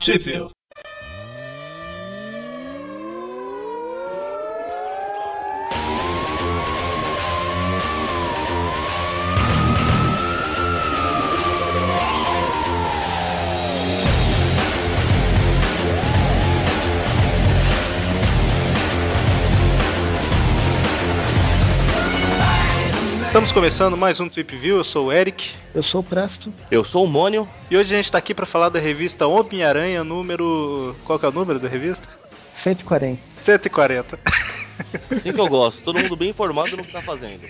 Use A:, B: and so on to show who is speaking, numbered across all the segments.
A: Sheffield. Estamos começando mais um Trip View, eu sou o Eric.
B: Eu sou o Presto.
C: Eu sou o Mônio.
A: E hoje a gente tá aqui pra falar da revista Homem-Aranha, número. Qual que é o número da revista?
B: 140.
A: 140.
C: Assim que eu gosto, todo mundo bem informado no que tá fazendo.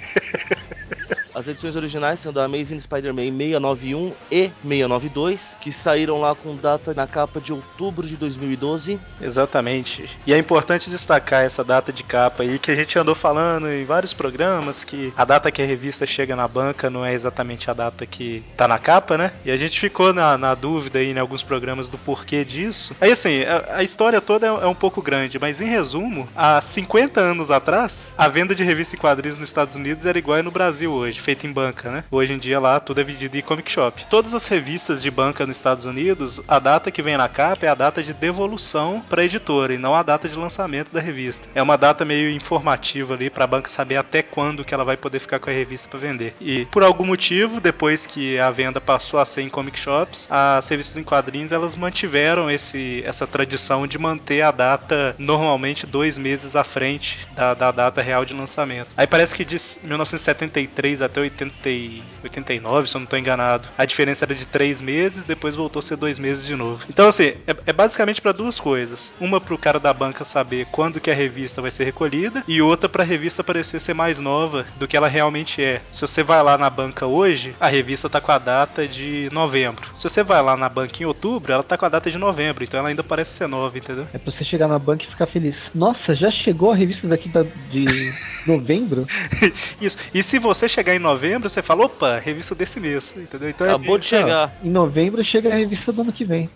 C: As edições originais são da Amazing Spider-Man 691 e 692, que saíram lá com data na capa de outubro de 2012.
A: Exatamente. E é importante destacar essa data de capa aí, que a gente andou falando em vários programas, que a data que a revista chega na banca não é exatamente a data que tá na capa, né? E a gente ficou na, na dúvida aí em alguns programas do porquê disso. Aí assim, a, a história toda é, é um pouco grande, mas em resumo, há 50 anos atrás, a venda de revista e quadrinhos nos Estados Unidos era igual é no Brasil hoje feita em banca, né? Hoje em dia lá tudo é vendido em comic shop. Todas as revistas de banca nos Estados Unidos, a data que vem na capa é a data de devolução para editora e não a data de lançamento da revista. É uma data meio informativa ali para a banca saber até quando que ela vai poder ficar com a revista para vender. E por algum motivo, depois que a venda passou a ser em comic shops, as revistas em quadrinhos elas mantiveram esse, essa tradição de manter a data normalmente dois meses à frente da, da data real de lançamento. Aí parece que de 1973 a até 80 e 89, se eu não estou enganado. A diferença era de 3 meses, depois voltou a ser 2 meses de novo. Então, assim, é, é basicamente para duas coisas. Uma para o cara da banca saber quando que a revista vai ser recolhida, e outra para a revista parecer ser mais nova do que ela realmente é. Se você vai lá na banca hoje, a revista tá com a data de novembro. Se você vai lá na banca em outubro, ela tá com a data de novembro, então ela ainda parece ser nova, entendeu?
B: É pra você chegar na banca e ficar feliz. Nossa, já chegou a revista daqui da, de novembro?
A: Isso. E se você chegar em novembro, você fala, opa, revista desse mês, entendeu? Então
C: Acabou
A: é...
C: de chegar.
B: Em novembro chega a revista do ano que vem.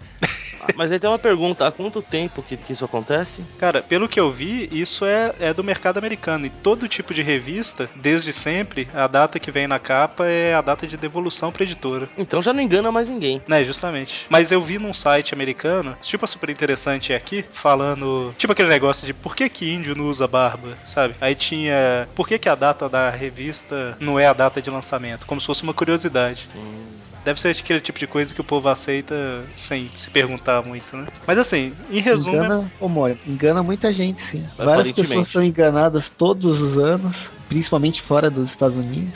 C: Mas aí tem uma pergunta: há quanto tempo que, que isso acontece?
A: Cara, pelo que eu vi, isso é, é do mercado americano. E todo tipo de revista, desde sempre, a data que vem na capa é a data de devolução para editora.
C: Então já não engana mais ninguém.
A: Né, justamente. Mas eu vi num site americano, tipo super interessante aqui, falando. Tipo aquele negócio de por que, que índio não usa barba, sabe? Aí tinha. Por que, que a data da revista não é a data de lançamento? Como se fosse uma curiosidade. Hum. Deve ser aquele tipo de coisa que o povo aceita sem se perguntar muito, né? Mas assim, em resumo.
B: Engana, é... Omori, engana muita gente, sim. Várias pessoas são enganadas todos os anos, principalmente fora dos Estados Unidos.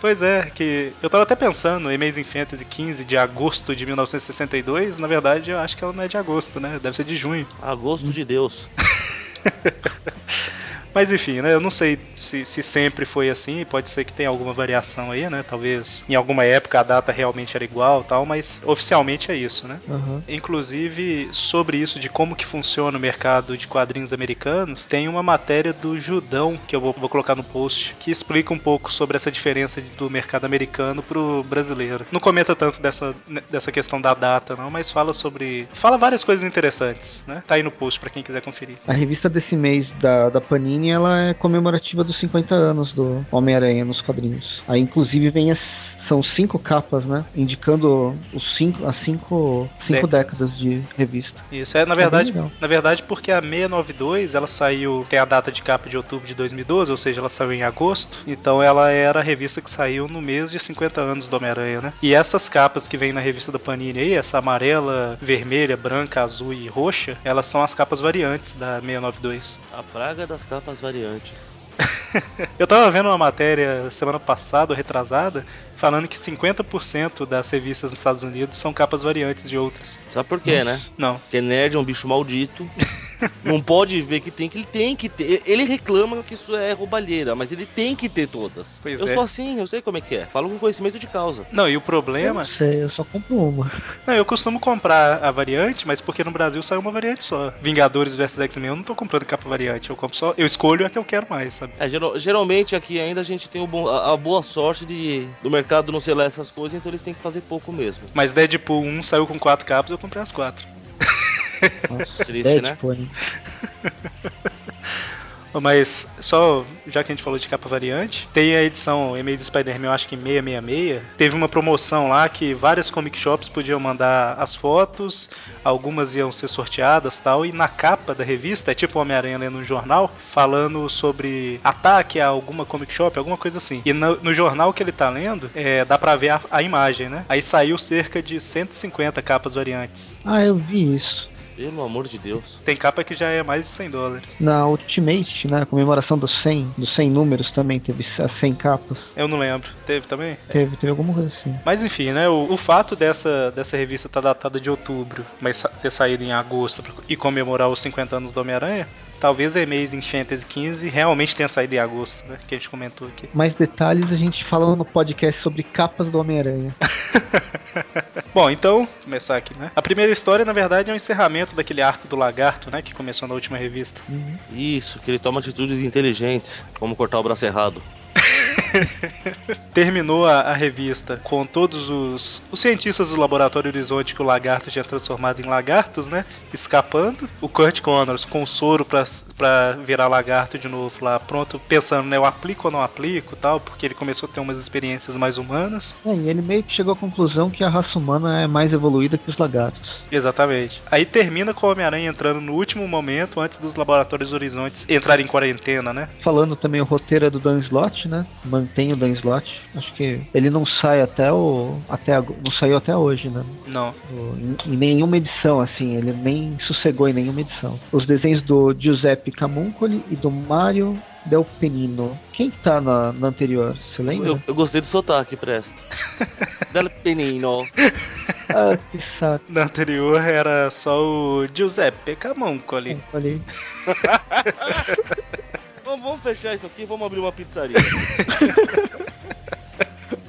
A: Pois é, que eu tava até pensando, Amazing Fantasy 15 de agosto de 1962, na verdade eu acho que ela não é de agosto, né? Deve ser de junho.
C: Agosto de Deus.
A: Mas enfim, né? Eu não sei se, se, sempre foi assim, pode ser que tenha alguma variação aí, né? Talvez em alguma época a data realmente era igual tal, mas oficialmente é isso, né? Uhum. Inclusive, sobre isso de como que funciona o mercado de quadrinhos americanos, tem uma matéria do Judão, que eu vou, vou colocar no post, que explica um pouco sobre essa diferença do mercado americano pro brasileiro. Não comenta tanto dessa, né, dessa questão da data, não, mas fala sobre. Fala várias coisas interessantes, né? Tá aí no post para quem quiser conferir.
B: A revista desse mês da, da Panini ela é comemorativa dos 50 anos do Homem-Aranha nos quadrinhos. Aí inclusive vem as são cinco capas, né? Indicando os cinco, as cinco, cinco décadas. décadas de revista.
A: Isso é na verdade, é na verdade porque a 692 ela saiu tem a data de capa de outubro de 2012, ou seja, ela saiu em agosto. Então ela era a revista que saiu no mês de 50 anos do Homem-Aranha, né? E essas capas que vem na revista da Panini aí, essa amarela, vermelha, branca, azul e roxa, elas são as capas variantes da 692.
C: A praga das capas as variantes.
A: eu tava vendo uma matéria semana passada, retrasada, falando que 50% das revistas nos Estados Unidos são capas variantes de outras.
C: Sabe por quê, né?
A: Não.
C: Porque nerd é um bicho maldito. não pode ver que tem que ele tem que ter. Ele reclama que isso é roubalheira, mas ele tem que ter todas.
A: Pois
C: eu
A: é.
C: sou assim, eu sei como é que é. Falo com conhecimento de causa.
A: Não, e o problema?
B: Eu sei, eu só compro uma.
A: Não, eu costumo comprar a variante, mas porque no Brasil saiu uma variante só. Vingadores vs X-Men, eu não tô comprando capa variante, eu compro só, eu escolho a que eu quero mais, sabe?
C: É, geral, geralmente aqui ainda a gente tem bom, a, a, boa sorte de do mercado não selar essas coisas, então eles têm que fazer pouco mesmo.
A: Mas Deadpool 1 saiu com quatro capas, eu comprei as quatro.
C: Nossa, triste, né?
B: Deadpool, né?
A: Mas só, já que a gente falou de capa variante, tem a edição Amazing Spider-Man, eu acho que 666. Teve uma promoção lá que várias comic shops podiam mandar as fotos, algumas iam ser sorteadas tal. E na capa da revista, é tipo Homem-Aranha lendo um jornal, falando sobre ataque a alguma comic shop, alguma coisa assim. E no, no jornal que ele tá lendo, é, dá pra ver a, a imagem, né? Aí saiu cerca de 150 capas variantes.
B: Ah, eu vi isso.
C: Pelo amor de Deus.
A: Tem capa que já é mais de 100 dólares.
B: Na Ultimate, na comemoração dos 100, dos 100 números também, teve as 100 capas.
A: Eu não lembro. Teve também?
B: Teve, teve alguma coisa assim.
A: Mas enfim, né? O, o fato dessa, dessa revista estar tá datada de outubro, mas sa- ter saído em agosto pra- e comemorar os 50 anos do Homem-Aranha, talvez a Amazing Fantasy 15 realmente tenha saído em agosto, né? Que a gente comentou aqui.
B: Mais detalhes a gente fala no podcast sobre capas do Homem-Aranha.
A: Bom, então, começar aqui, né? A primeira história, na verdade, é um encerramento daquele arco do lagarto, né? Que começou na última revista.
B: Uhum.
C: Isso, que ele toma atitudes inteligentes, como cortar o braço errado.
A: Terminou a, a revista com todos os, os cientistas do Laboratório Horizonte que o lagarto tinha transformado em lagartos, né? Escapando. O Kurt Connors com o soro pra, pra virar lagarto de novo lá, pronto, pensando, né? Eu aplico ou não aplico tal, porque ele começou a ter umas experiências mais humanas.
B: É, e ele meio que chegou à conclusão que a raça humana é mais evoluída que os lagartos.
A: Exatamente. Aí termina com o Homem-Aranha entrando no último momento, antes dos Laboratórios Horizontes entrarem em quarentena, né?
B: Falando também o roteiro é do Dan Slott, né? Mantém o Dan Slott. Acho que ele não sai até o. Até ago- não saiu até hoje, né?
A: Não.
B: O- Tipo, Em, em nenhuma edição, assim, ele nem sossegou em nenhuma edição. Os desenhos do Giuseppe Camuncoli e do Mario Del Penino. Quem que tá na, na anterior? Você lembra?
C: Eu, eu gostei do sotaque, presta. Del Penino.
B: Ah, que saco.
A: Na anterior era só o Giuseppe Camuncoli.
B: Falei.
C: Vamos, vamos fechar isso aqui e vamos abrir uma pizzaria.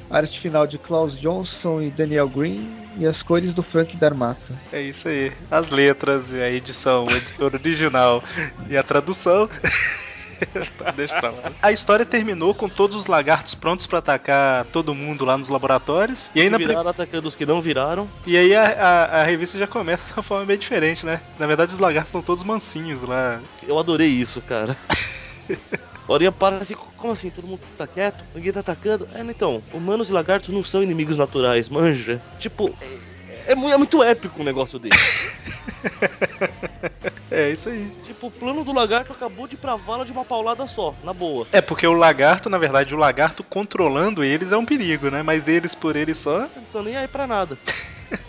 B: Arte final de Klaus Johnson e Daniel Green e as cores do Frank Darmato.
A: É isso aí. As letras, a edição, o editor original e a tradução. Deixa pra lá. A história terminou com todos os lagartos prontos pra atacar todo mundo lá nos laboratórios. E aí, na
C: Que
A: pri-
C: viraram atacando os que não viraram.
A: e aí a, a- a revista já começa de uma forma bem diferente, né? Na verdade, os lagartos estão todos mansinhos lá.
C: Eu adorei isso, cara. Orinha para assim, como assim? Todo mundo tá quieto? Ninguém tá atacando? É, então, humanos e lagartos não são inimigos naturais, manja. Tipo, é, é mu- é muito épico um negócio desse.
A: É isso aí.
C: tipo, o plano do lagarto acabou de ir pra vala de uma paulada só, na boa.
A: É porque o lagarto, na verdade, o lagarto controlando eles é um perigo, né? Mas eles por eles só.
C: Eu Não tô nem aí pra nada.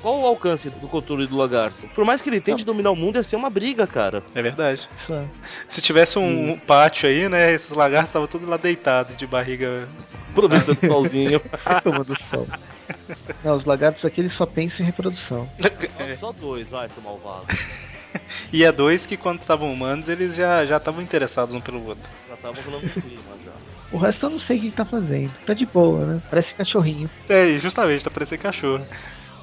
C: Qual o alcance do controle do lagarto? Por mais que ele tente dominar o mundo, ia ser uma briga, cara.
A: É verdade.
B: Isso é.
A: Se tivesse um um pátio aí, né? Esses lagartos estavam todos lá deitados, de barriga
C: Aproveitando o solzinho.
B: Ai, toma é do sol. Não, os lagartos aqui eles só pensam em reprodução.
A: É.
C: Só dois, vai, seu malvado.
A: E é dois que quando estavam humanos eles já já estavam interessados um pelo outro.
C: Já tava rolando um clima já.
B: O resto eu não sei o que que tá fazendo. Tá de boa, né? Parece cachorrinho.
A: É, e justamente, tá parecendo cachorro.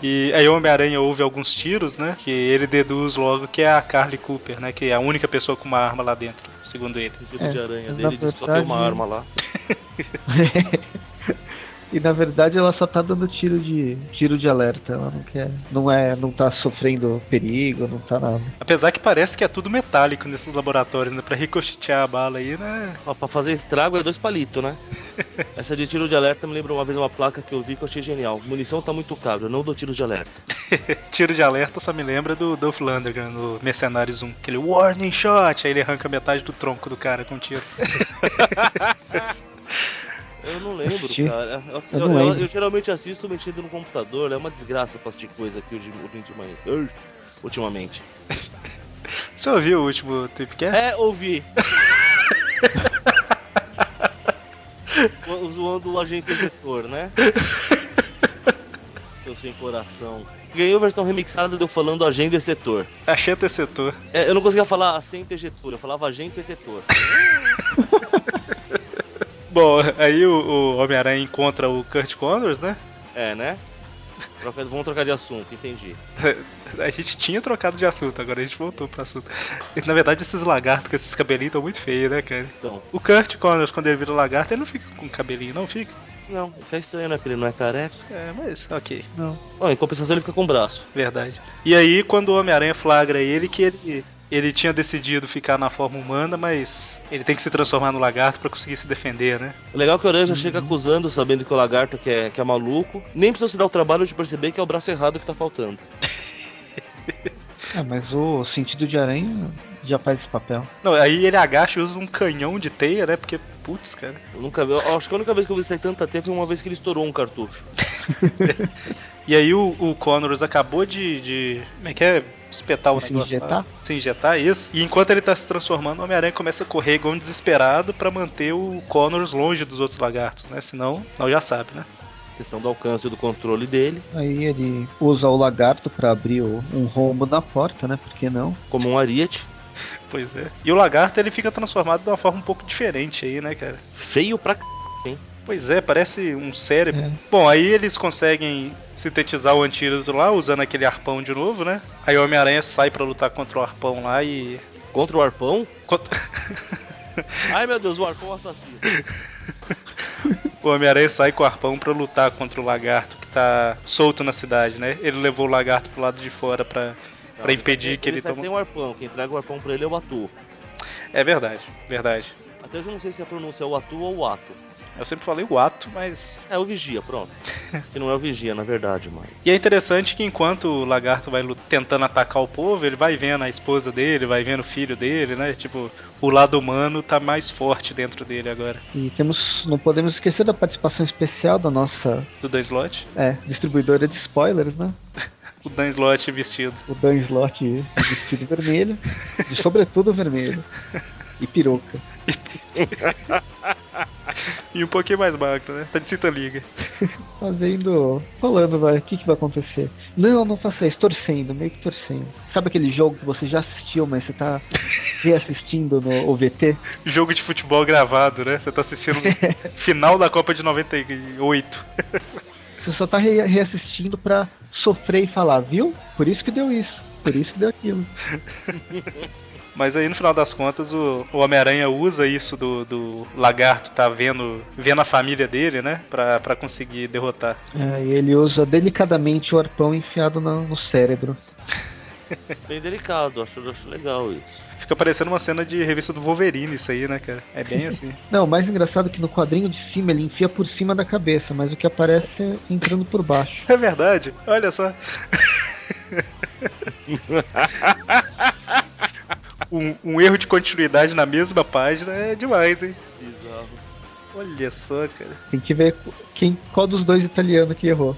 A: E aí o Homem-Aranha ouve alguns tiros, né? Que ele deduz logo que é a Carly Cooper, né? Que é a única pessoa com uma arma lá dentro, segundo ele.
C: O tipo
B: É,
C: de aranha
B: na
C: dele diz que só tem uma
B: verdade-
C: arma lá.
B: E na verdade ela só tá dando tiro de tiro de alerta. Ela não quer, não é, não tá sofrendo perigo, não tá nada.
A: Apesar que parece que é tudo metálico nesses laboratórios, né? Pra ricochetear a bala aí, né?
C: Ó, pra fazer estrago é dois palitos, né? Essa de tiro de alerta me lembra uma vez uma placa que eu vi que eu achei genial. Munição tá muito caro, eu não dou tiro de alerta.
A: Tiro de alerta só me lembra do Dolph Lundgren no Mercenários 1. Aquele warning shot, aí ele arranca metade do tronco do cara com um tiro.
C: Eu não lembro,
B: Assisti.
C: cara. Eu,
B: Eu
C: eu-
B: não
C: eu-
B: lembro.
C: eu geralmente assisto mexendo no computador, é uma desgraça pra assistir coisa aqui hoje, ultimamente. ultimamente.
A: Você ouviu o último Tripcast?
C: É, ouvi. Zo- Zoando o agente executor, né? Seu sem coração. Ganhei a versão remixada de eu falando agenda e setor.
A: Achei até setor.
C: É, eu não conseguia falar assento e ejetura, eu falava agente e setor.
A: Bom, aí o, o Homem-Aranha encontra o Kurt Connors, né?
C: É, né? Troca- Vamos trocar de assunto, entendi.
A: A gente tinha trocado de assunto, agora a gente voltou pro assunto. E, na verdade, esses lagartos com esses cabelinhos estão muito feios, né, cara?
C: Então,
A: O Kurt Connors, quando ele vira lagarto, ele não fica com cabelinho, não fica?
C: não, fica estranho, né? Porque ele não é careca.
A: É, mas ok,
B: Não.
C: Bom, em compensação ele fica com o braço.
A: verdade. E aí, quando o Homem-Aranha flagra ele, que ele, ele tinha decidido ficar na forma humana, mas ele tem que se transformar no lagarto pra conseguir se defender, né?
C: O legal é que o Aranha já chega acusando, sabendo que o lagarto que é, que é maluco. Nem precisa se dar o trabalho de perceber que é o braço errado que tá faltando.
B: É, mas o sentido de aranha já faz esse papel.
A: Não, aí ele agacha e usa um canhão de teia, né? Porque, putz, cara.
C: Eu nunca vi, eu acho que a única vez que eu vi sair tanta teia foi uma vez que ele estourou um cartucho.
A: E aí o, o Connors acabou de, de- Como é que é? Espetar o
B: Se
A: negócio. lá.
B: injetar?
A: Se injetar, isso. E enquanto ele tá se transformando, o Homem-Aranha começa a correr igual um desesperado pra manter o Connors longe dos outros lagartos, né? Senão, senão já sabe, né?
C: Questão do alcance e do controle dele,
B: Aí ele usa o lagarto pra abrir o- um rombo na porta, né? Por que não?
C: como um ariete.
A: Pois é. E o lagarto ele fica transformado de uma forma um pouco diferente aí, né, cara?
C: Feio pra c...
A: Pois é, parece um cérebro.
B: É.
A: Bom, aí eles conseguem sintetizar o antídoto lá, usando aquele arpão de novo, né? Aí o Homem-Aranha sai pra lutar contra o arpão lá e.
C: Contra o arpão?
A: Contra-
C: Ai meu Deus, o arpão assassino.
A: O Homem-Aranha sai com o arpão pra lutar contra o lagarto que tá solto na cidade, né? Ele levou o lagarto pro lado de fora pra.
C: Não,
A: Pra
C: ele sai
A: impedir
C: sem-
A: que ele
C: sai
A: tome-
C: sem o arpão, quem entrega o arpão pra ele é o Atu.
A: É verdade, verdade.
C: Até hoje eu não sei se a pronúncia é o Atu ou o Ato.
A: Eu sempre falei o ato, mas.
C: É o Vigia, pronto. que não é o Vigia, na verdade, mano.
A: E é interessante que enquanto o lagarto vai lu- tentando atacar o povo, ele vai vendo a esposa dele, vai vendo o filho dele, né? Tipo, o lado humano tá mais forte dentro dele agora.
B: E temos, não podemos esquecer da participação especial da nossa
A: Do Dan Slot.
B: é, distribuidora de spoilers, né?
A: O Dan Slot vestido.
B: O Dan Slot de vestido vermelho, de sobretudo vermelho. E peruca.
A: E um pouquinho mais magro, né? Tá de cinta liga.
B: Fazendo. Falando, vai, o que, que vai acontecer? Não, não faça isso, torcendo, meio que torcendo. Sabe aquele jogo que você já assistiu, mas você tá reassistindo no OVT?
A: Jogo de futebol gravado, né? Você tá assistindo o final da Copa de 98.
B: Você só tá re- reassistindo pra sofrer e falar, viu? Por isso que deu isso, por isso que deu aquilo.
A: Mas aí no final das contas o, o Homem-Aranha usa isso do, do lagarto tá vendo, vendo a família dele, né? Pra, pra conseguir derrotar.
B: É, e ele usa delicadamente o arpão enfiado na- no cérebro.
C: Bem delicado, acho, acho legal isso.
A: Fica parecendo uma cena de revista do Wolverine isso aí, né, cara? É bem assim.
B: Não, o mais engraçado é que no quadrinho de cima ele enfia por cima da cabeça, mas o que aparece é entrando por baixo.
A: É verdade, olha só. um, um erro de continuidade na mesma página é demais, hein?
C: Bizarro.
A: Olha só, cara.
B: Tem que ver quem, qual dos dois italianos que errou.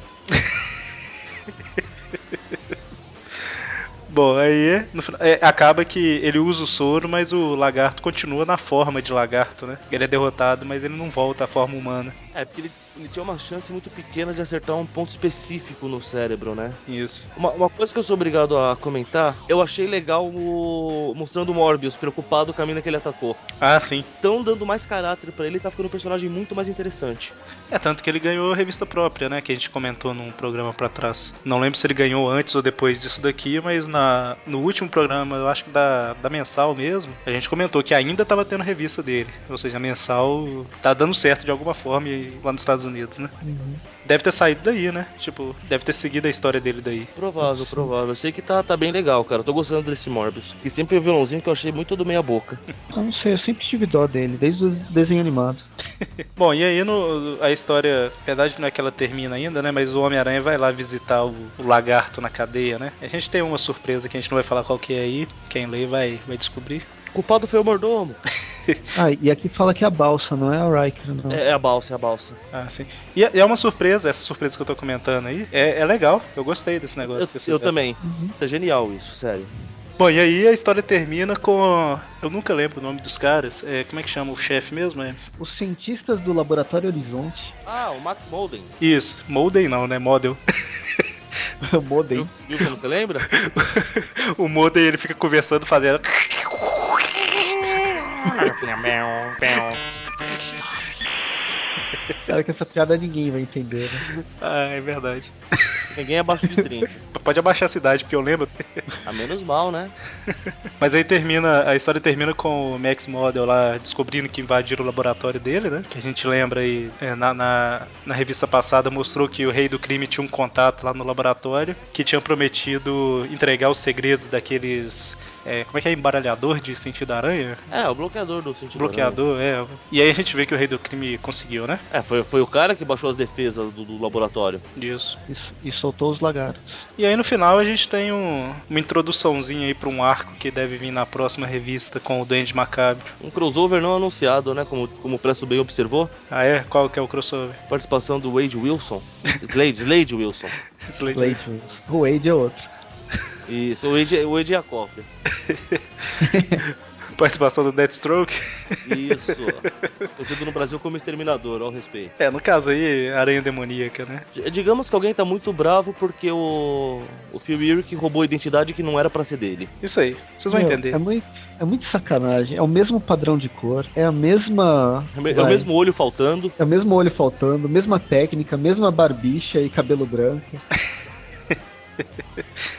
A: Bom, aí no final- é, acaba que ele usa o soro, mas o lagarto continua na forma de lagarto, né? Ele é derrotado, mas ele não volta à forma humana.
C: É, porque ele, ele tinha uma chance muito pequena de acertar um ponto específico no cérebro, né?
A: Isso.
C: Uma, uma coisa que eu sou obrigado a comentar, eu achei legal o, mostrando o Morbius preocupado com a mina que ele atacou.
A: Ah, sim.
C: Tão dando mais caráter pra ele, tá ficando um personagem muito mais interessante.
A: É tanto que ele ganhou revista própria, né? Que a gente comentou num programa pra trás. Não lembro se ele ganhou antes ou depois disso daqui, mas na, no último programa, eu acho que da, da mensal mesmo, a gente comentou que ainda tava tendo revista dele. Ou seja, a mensal tá dando certo de alguma forma e- lá nos Estados Unidos, né?
B: Uhum.
A: Deve ter saído daí, né? Tipo, deve ter seguido a história dele daí.
C: Provável, provável. Eu sei que tá, tá bem legal, cara. Eu tô gostando desse Morbius. E sempre foi um vilãozinho que eu achei muito do meia boca.
B: Eu não sei, eu sempre tive dó dele, desde o desenho animado.
A: Bom, e aí no, a história, na verdade não é que ela termina ainda, né? Mas o Homem-Aranha vai lá visitar o, o lagarto na cadeia, né? A gente tem uma surpresa que a gente não vai falar qual que é aí. Quem lê vai, vai descobrir.
C: O culpado foi o mordomo.
B: Ah, e aqui fala que é a balsa, não é a Riker, não.
C: É, é a balsa, é a balsa.
A: Ah, sim. E é e é uma surpresa, essa surpresa que eu tô comentando aí. É, é legal, eu gostei desse
C: Eu,
A: negócio. que eles
C: eu
A: fizeram.
C: também.
B: Uhum.
C: É genial isso, sério.
A: Bom, e aí a história termina com. Eu nunca lembro o nome dos caras. É, como é que chama o chefe mesmo? É...
B: Os cientistas do Laboratório Horizonte,
C: Ah, o Max Molden.
A: Isso, Molden não, né? Model.
B: Modem,
C: Viu como você lembra?
A: O Modem ele fica conversando, fazendo.
B: cara que essa piada ninguém vai entender, né?
A: Ah, é verdade.
C: Ninguém abaixo de 30.
A: Pode abaixar a cidade, porque eu lembro.
C: A menos mal, né?
A: Mas aí termina, a história termina com o Max Model lá descobrindo que invadiram o laboratório dele, né? Que a gente lembra aí, é, na, na, na revista passada mostrou que o rei do crime tinha um contato lá no laboratório que tinha prometido entregar os segredos daqueles. é, como é que é? Embaralhador de sentido aranha?
C: É, o bloqueador do sentido.
A: Bloqueador, é. E aí a gente vê que o rei do crime conseguiu, né?
C: aranha. É, foi, foi o cara que baixou as defesas do, do laboratório.
A: Isso.
B: Isso, e soltou os lagartos.
A: E aí no final a gente tem um- uma introduçãozinha aí pra um arco que deve vir na próxima revista com o Duende Macabro.
C: Um crossover não anunciado, né? Como, como o Presto bem observou.
A: Ah é? Qual que é o crossover?
C: Participação do Wade Wilson. Slade, Slade Wilson.
A: Slade.
B: Blade Wilson. O Wade é outro.
C: Isso, o Wade, o Wade é a cópia.
A: Participação do Deathstroke.
C: Isso. Conhecido no Brasil como Exterminador, ao respeito.
A: É, no caso aí, Aranha Demoníaca, né?
C: D- Digamos que alguém tá muito bravo porque o, o Phil Eric roubou a identidade que não era pra ser dele.
A: Isso aí, vocês vão
B: Meu,
A: entender.
B: É muito, é muito sacanagem. É o mesmo padrão de cor, é a mesma.
C: É, me- é o
B: vai,
C: mesmo olho faltando.
B: é o mesmo olho faltando, mesma técnica, mesma barbicha e cabelo branco.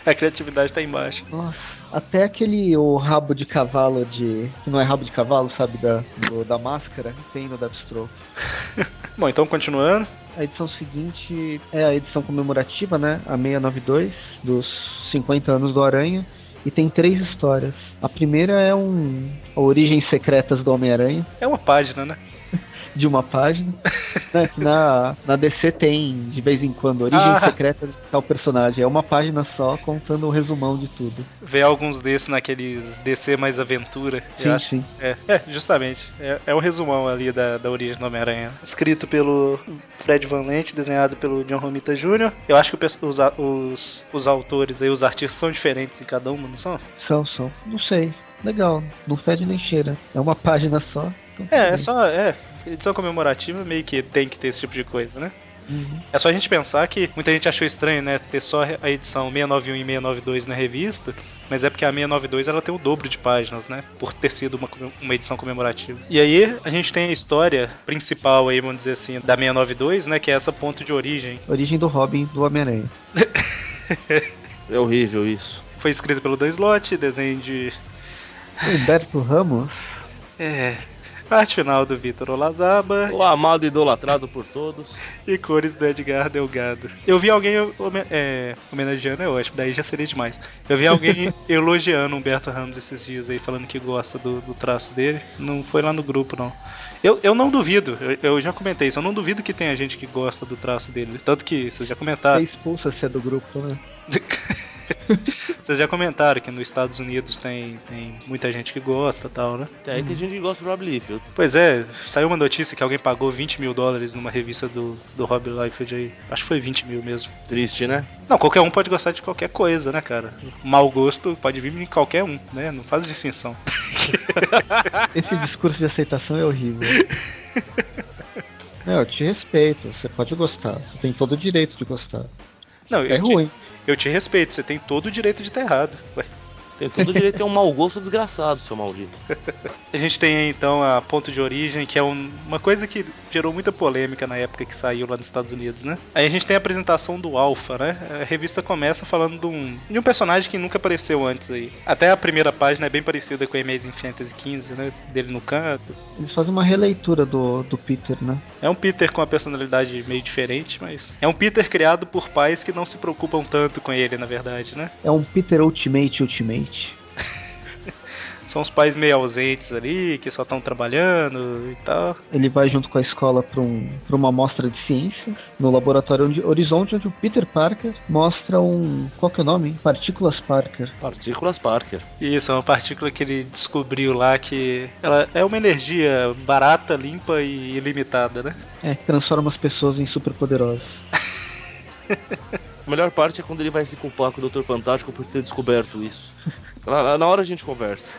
A: A criatividade tá embaixo.
B: Nossa, até aquele o rabo de cavalo de. que não é rabo de cavalo, sabe? Da, do- da máscara, tem no Deathstroke.
A: Bom, então continuando.
B: A edição seguinte é a edição comemorativa, né? A 692, dos 50 anos do Aranha. E tem três histórias. A primeira é um. A Origens Secretas do Homem-Aranha.
A: É uma página, né?
B: de uma página. né, que na, na DC tem, de vez em quando, origens
A: Ah.
B: secretas de tal personagem. É uma página só contando o resumão de tudo.
A: Ver alguns desses naqueles DC mais aventura.
B: sim,
A: eu acho.
B: sim.
A: É, é, justamente. É, é um resumão ali da, da origem do Homem-Aranha. Escrito pelo Fred Van Lent, desenhado pelo John Romita Jr. Eu acho que o pes- os, a- os, os autores aí, os artistas, são diferentes em cada um, não são?
B: São, são. Não sei. Legal. Não fede nem cheira. É uma página só. então tudo
A: É, é
B: bem.
A: só. É, edição comemorativa meio que tem que ter esse tipo de coisa, né?
B: Uhum.
A: É só a gente pensar que muita gente achou estranho, né, ter só a edição 691 e 692 na revista, mas é porque a 692 ela tem o dobro de páginas, né, por ter sido uma, comem- uma edição comemorativa. E aí a gente tem a história principal aí, vamos dizer assim, da 692, né, que é essa ponto de origem.
B: Origem do Robin do Homem-Aranha.
C: É horrível isso.
A: Foi escrita pelo Dan Slott, desenho de...
B: Humberto Ramos.
A: É... Arte final do Vitor Olazaba
C: O amado e idolatrado por todos.
A: e cores do Edgar Delgado. Eu vi alguém home- é, homenageando, eu acho, daí já seria demais. Eu vi alguém elogiando o Humberto Ramos esses dias aí, falando que gosta do, do traço dele. Não foi lá no grupo, não. Eu, eu não duvido, eu, eu já comentei isso, eu não duvido que tenha gente que gosta do traço dele. Tanto que vocês já
B: Você
A: comentaram.
B: expulsa se é do grupo, né?
A: Vocês já comentaram que nos Estados Unidos tem, tem muita gente que gosta e tal, né?
C: Até aí tem gente que gosta do Rob Liefeld.
A: Pois é, saiu uma notícia que alguém pagou 20 mil dólares numa revista do, do Rob Liefeld aí. Acho que foi 20 mil mesmo.
C: Triste, né?
A: Não, qualquer um pode gostar de qualquer coisa, né, cara? Mau gosto pode vir em qualquer um, né? Não faz distinção.
B: Esse discurso de aceitação é horrível. Não, eu te respeito, você pode gostar, você tem todo o direito de gostar.
A: Não,
B: É
A: eu, te,
B: ruim.
A: eu te respeito, você tem todo o direito de estar errado. Ué.
C: Você tem todo o direito de ter um mau gosto desgraçado, seu maldito.
A: A gente tem aí, então a ponto de origem, que é um- uma coisa que gerou muita polêmica na época que saiu lá nos Estados Unidos, né? Aí a gente tem a apresentação do Alpha, né? A revista começa falando de um, de um personagem que nunca apareceu antes aí. Até a primeira página é bem parecida com a Amazing Fantasy XV, né? Dele no canto.
B: Eles fazem uma releitura do, do Peter, né?
A: É um Peter com uma personalidade meio diferente, mas. É um Peter criado por pais que não se preocupam tanto com ele, na verdade, né?
B: É um Peter Ultimate Ultimate.
A: São os pais meio ausentes ali, que só estão trabalhando e tal.
B: Ele vai junto com a escola para um, pra uma mostra de ciências no laboratório onde, Horizonte, onde o Peter Parker mostra um. Qual que é o nome? Partículas Parker.
C: Partículas Parker.
A: E isso, é uma partícula que ele descobriu lá que. Ela é uma energia barata, limpa e ilimitada, né?
B: É, que transforma as pessoas em superpoderosas.
C: A melhor parte é quando ele vai se culpar com o Dr. Fantástico por ter descoberto isso. Lá- lá- Na hora a gente conversa.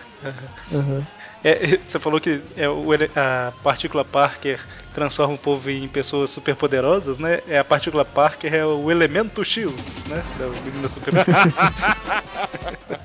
B: Aham.
A: É, você falou que é o ele- a partícula Parker transforma o povo em pessoas superpoderosas, né? É a partícula Parker, é o elemento X, né? Da menina super.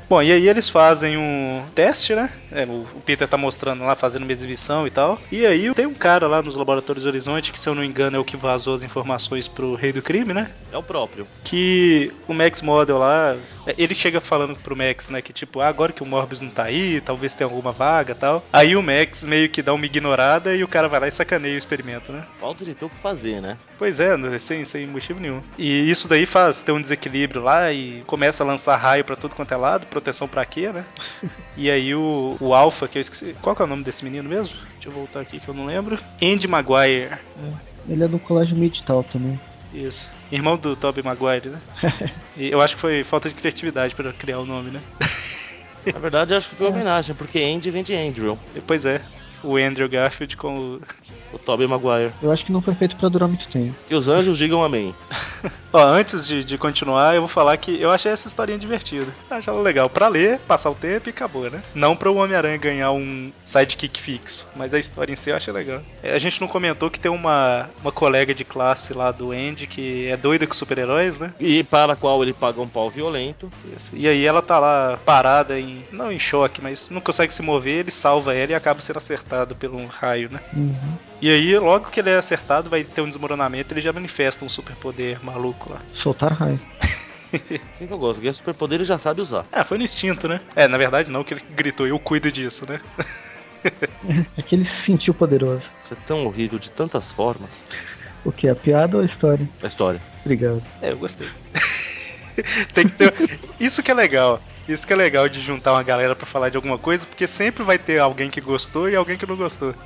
A: Bom, e aí eles fazem um teste, né? É, o o Peter tá mostrando lá, fazendo uma exibição e tal. E aí tem um cara lá nos laboratórios Horizonte, que se eu não me engano é o que vazou as informações pro rei do crime, né?
C: É o próprio.
A: que o Max Model lá, é, ele chega falando pro Max, né, que tipo, ah, agora que o Morbius não tá aí, talvez tenha alguma vaga e tal. Aí o Max meio que dá uma ignorada e o cara vai lá e sacaneia o experimento, né?
C: Falta de ter o que fazer, né?
A: Pois é, né, sem, sem motivo nenhum. E isso daí faz ter um desequilíbrio lá e começa a lançar raio pra tudo quanto é lado, proteção pra quê, né? E aí o, o Alpha, que eu esqueci, qual que é o nome desse menino mesmo? Deixa eu voltar aqui que eu não lembro. Andy Maguire.
B: Ele é do colégio medital também.
A: Isso. Irmão do Tobey Maguire, né? E eu acho que foi falta de criatividade pra criar o nome, né?
C: Na verdade, acho que foi uma homenagem, porque Andy vem de Andrew,
A: Pois é. O Andrew Garfield com o.
C: o Tobey Maguire.
B: Eu acho que não foi feito pra durar muito tempo.
C: Que os anjos digam amém.
A: Ó, antes de, de continuar, eu vou falar que eu achei essa historinha divertida. Achei ela legal pra ler, passar o tempo e acabou, né? Não pra o Homem-Aranha ganhar um sidekick fixo, mas a história em si eu achei legal. É, A gente não comentou que tem uma, uma colega de classe lá do Andy que é doida com super-heróis, né?
C: E para a qual ele paga um pau violento.
A: Isso. E aí ela tá lá parada em. Não em choque, mas não consegue se mover, ele salva ela e acaba sendo acertado pelo um raio, né?
B: Uhum.
A: E aí, logo que ele é acertado, vai ter um desmoronamento, ele já manifesta um superpoder maluco lá.
B: Soltar raio.
C: Assim que eu gosto, ganha superpoder e já sabe usar.
A: Ah, foi no instinto, né? É, na verdade não, que ele gritou, eu cuido disso, né?
B: É que ele se sentiu poderoso.
C: Isso é tão horrível de tantas formas.
B: O que? A piada ou a história?
C: A história.
B: Obrigado.
A: É, eu gostei. Tem que ter. Isso que é legal. Isso que é legal de juntar uma galera pra falar de alguma coisa, porque sempre vai ter alguém que gostou e alguém que não gostou.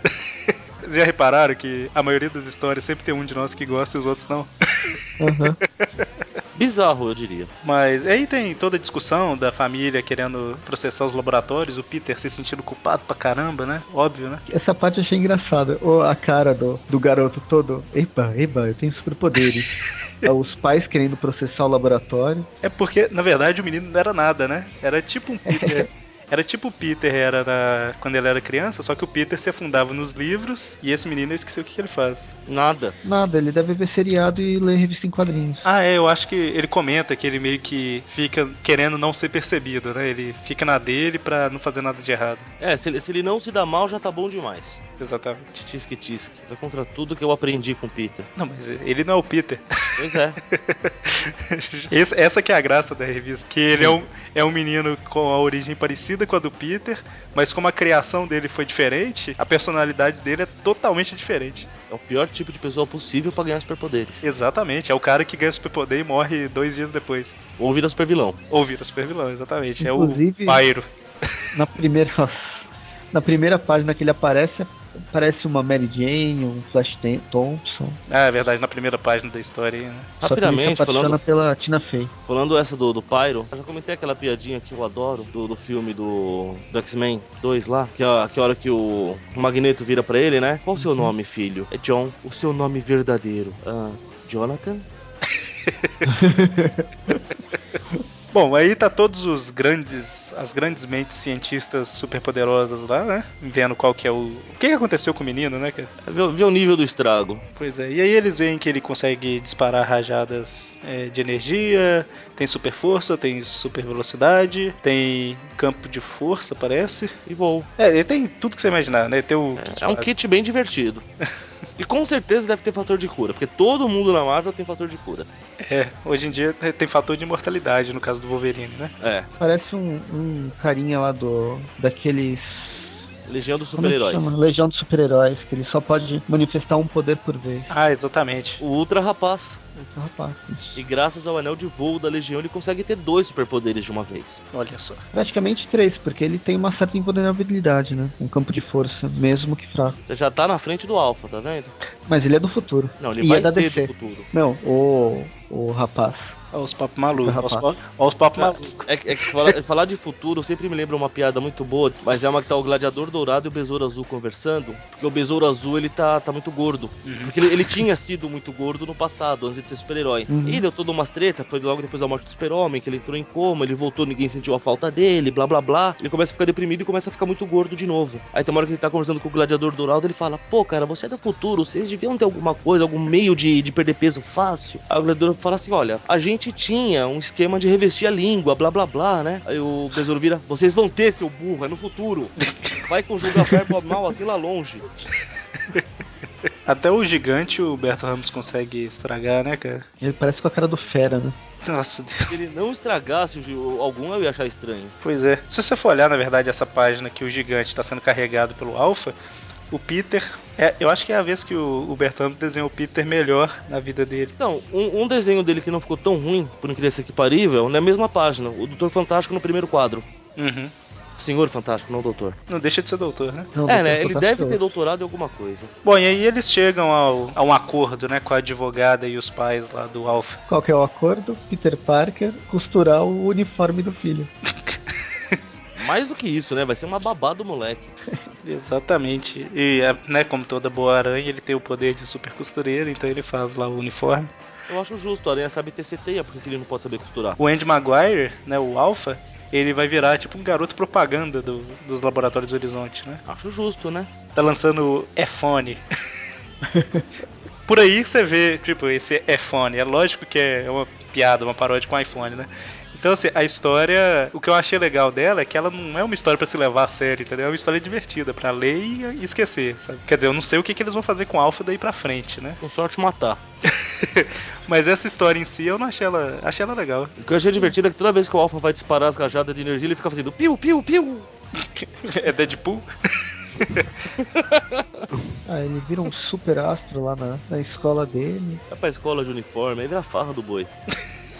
A: Vocês Já repararam que a maioria das histórias sempre tem um de nós que gosta e os outros não?
B: Aham.
C: Bizarro, eu diria.
A: Mas aí tem toda a discussão da família querendo processar os laboratórios, o Peter se sentindo culpado pra caramba, né? Óbvio, né?
B: Essa parte eu achei engraçada. Ou a cara do, do garoto todo. Eba, eba, eu tenho superpoderes. Os pais querendo processar o laboratório.
A: É porque, na verdade, o menino não era nada, né? Era tipo um Peter. Era tipo o Peter era na- quando ele era criança, só que o Peter se afundava nos livros e esse menino eu esqueci o que, que ele faz.
C: Nada.
B: Nada, ele deve ver seriado e ler revista em quadrinhos.
A: Ah, é, eu acho que ele comenta que ele meio que fica querendo não ser percebido, né? Ele fica na dele pra não fazer nada de errado.
C: É, se ele, se ele não se dá mal, já tá bom demais.
A: Exatamente.
C: Tisque, tisque. Vai contra tudo que eu aprendi com o Peter.
A: Não, mas ele não é o Peter.
C: Pois é.
A: Esse- essa que é a graça da revista, que ele é um, é um menino com a origem parecida com a do Peter, mas como a criação dele foi diferente, a personalidade dele é totalmente diferente.
C: É o pior tipo de pessoa possível pra ganhar superpoderes.
A: Exatamente, é o cara que ganha superpoder e morre dois dias depois.
C: Ou vira supervilão.
A: Ou vira supervilão, exatamente. É
B: Inclusive-
A: o Pyro.
B: Na primeira, na primeira página que ele aparece, aparece uma Mary Jane, um Flash Tem- Thompson.
A: Ah, é verdade, na primeira página da história aí, né?
B: Só que ele
C: Rapidamente,
B: se apaixona
C: falando,
B: pela Tina Fey.
C: falando essa do, do Pyro, eu já comentei aquela piadinha que eu adoro do, do filme do, do X-Men 2 lá, que a, que a hora que o, o Magneto vira pra ele, né? Qual o seu nome, filho? É John. O seu nome verdadeiro? Ah, Jonathan?
A: Bom, aí tá todos os grandes, as grandes mentes cientistas superpoderosas lá, né? Vendo qual que é o... O que que aconteceu com o menino, né? cara?
C: É, Vê, vê o nível do estrago.
A: Pois é, e aí eles veem que ele consegue disparar rajadas é, de energia, tem super força, tem super velocidade, tem campo de força, parece.
C: E vou.
A: É, ele tem tudo que você imaginar, né? Tem o...
C: É, é um kit bem divertido. E com certeza deve ter fator de cura, porque todo mundo na Marvel tem fator de cura.
A: É, hoje em dia tem fator de imortalidade no caso do Wolverine, né?
C: É,
B: Parece um, um carinha lá do. daqueles.
C: Legião dos
B: como é que
C: Super-Heróis.
B: chama? Legião de super-heróis, que ele só pode manifestar um poder por vez.
A: Ah, exatamente.
C: O Ultra Rapaz.
B: Esse rapaz. isso.
C: E graças ao anel de voo da Legião, ele consegue ter dois superpoderes de uma vez.
A: Olha só.
B: Praticamente três, porque ele tem uma certa invulnerabilidade, né? Um campo de força, mesmo que fraco.
C: Você já tá na frente do Alpha, tá vendo?
B: Mas ele é do futuro.
C: Não, ele
B: E
C: vai
B: é da
C: ser
B: DC.
C: do futuro.
B: Não, o. o rapaz.
A: Olha os papos malucos. Olha os,
B: Rapaz.
A: pa- olha os papos
C: Não.
A: malucos.
C: É, que- é que fala- falar de futuro sempre me lembra uma piada muito boa, mas é uma que tá o Gladiador Dourado e o Besouro Azul conversando, porque o Besouro Azul ele tá, tá muito gordo. Porque ele, ele tinha sido muito gordo no passado, antes de ser super-herói.
B: Uhum.
C: E deu toda umas treta, foi logo depois da morte do super-homem, que ele entrou em coma, ele voltou, ninguém sentiu a falta dele, blá blá blá. Ele começa a ficar deprimido e começa a ficar muito gordo de novo. Aí tem uma hora que ele tá conversando com o Gladiador Dourado, ele fala, pô cara, você é do futuro, vocês deviam ter alguma coisa, algum meio de, de perder peso fácil. Aí o Gladiador fala assim, olha, a gente tinha um esquema de revestir a língua, blá blá blá, né? Aí o Besouro vira, vocês vão ter, seu burro, é no futuro. Vai conjugar verbo mal assim lá longe.
A: Até o gigante o Berto Ramos consegue estragar, né, cara?
B: Ele parece com a cara do fera, né?
A: Nossa, Deus.
C: Se ele não estragasse o gi- o- algum, eu ia achar estranho.
A: pois é. Se você for olhar, na verdade, essa página que o gigante tá sendo carregado pelo Alpha, o Peter. é- eu acho que é a vez que o, o Berto Ramos desenhou o Peter melhor na vida dele.
C: Então, um, um desenho dele que não ficou tão ruim, por incrível que parível, é na mesma página. O Doutor Fantástico no primeiro quadro.
A: Uhum.
C: Senhor Fantástico, não doutor.
A: Não deixa de ser doutor, né?
B: Não,
C: é,
B: Dr.
C: né? Ele
B: Fantástico
C: deve
B: é
C: ter
B: outro.
C: doutorado em alguma coisa.
A: Bom, e aí eles chegam ao, a um acordo, né, com a advogada e os pais lá do Alpha.
B: Qual que é o acordo? Peter Parker costurar o uniforme do filho.
C: Mais do que isso, né? Vai ser uma babá do moleque.
A: Exatamente. E, é, né, como toda boa aranha, ele tem o poder de super costureiro, então ele faz lá o uniforme.
C: Eu acho justo, a aranha sabe ter CTEA, porque ele não pode saber costurar.
A: O Andy Maguire, né, o Alpha, ele vai virar tipo um garoto propaganda do- dos laboratórios do Horizonte, né?
C: Acho justo, né?
A: Tá lançando o iPhone. Por aí você vê, tipo, esse iPhone. É lógico que é uma piada, uma paródia com iPhone, né? Então, assim, a história. O que eu achei legal dela é que ela não é uma história pra se levar a sério, entendeu? É uma história divertida, pra ler e esquecer, sabe? Quer dizer, eu não sei o que, que eles vão fazer com o Alpha daí pra frente, né?
C: Com sorte matar.
A: Mas essa história em si eu não achei ela. Achei ela legal.
C: O que eu achei divertido é que toda vez que o Alpha vai disparar as rajadas de energia, ele fica fazendo piu, piu, piu.
A: É Deadpool?
B: Ah, ele vira um super astro lá na, na escola dele,
C: Vai pra escola de uniforme, aí vira a farra do boi.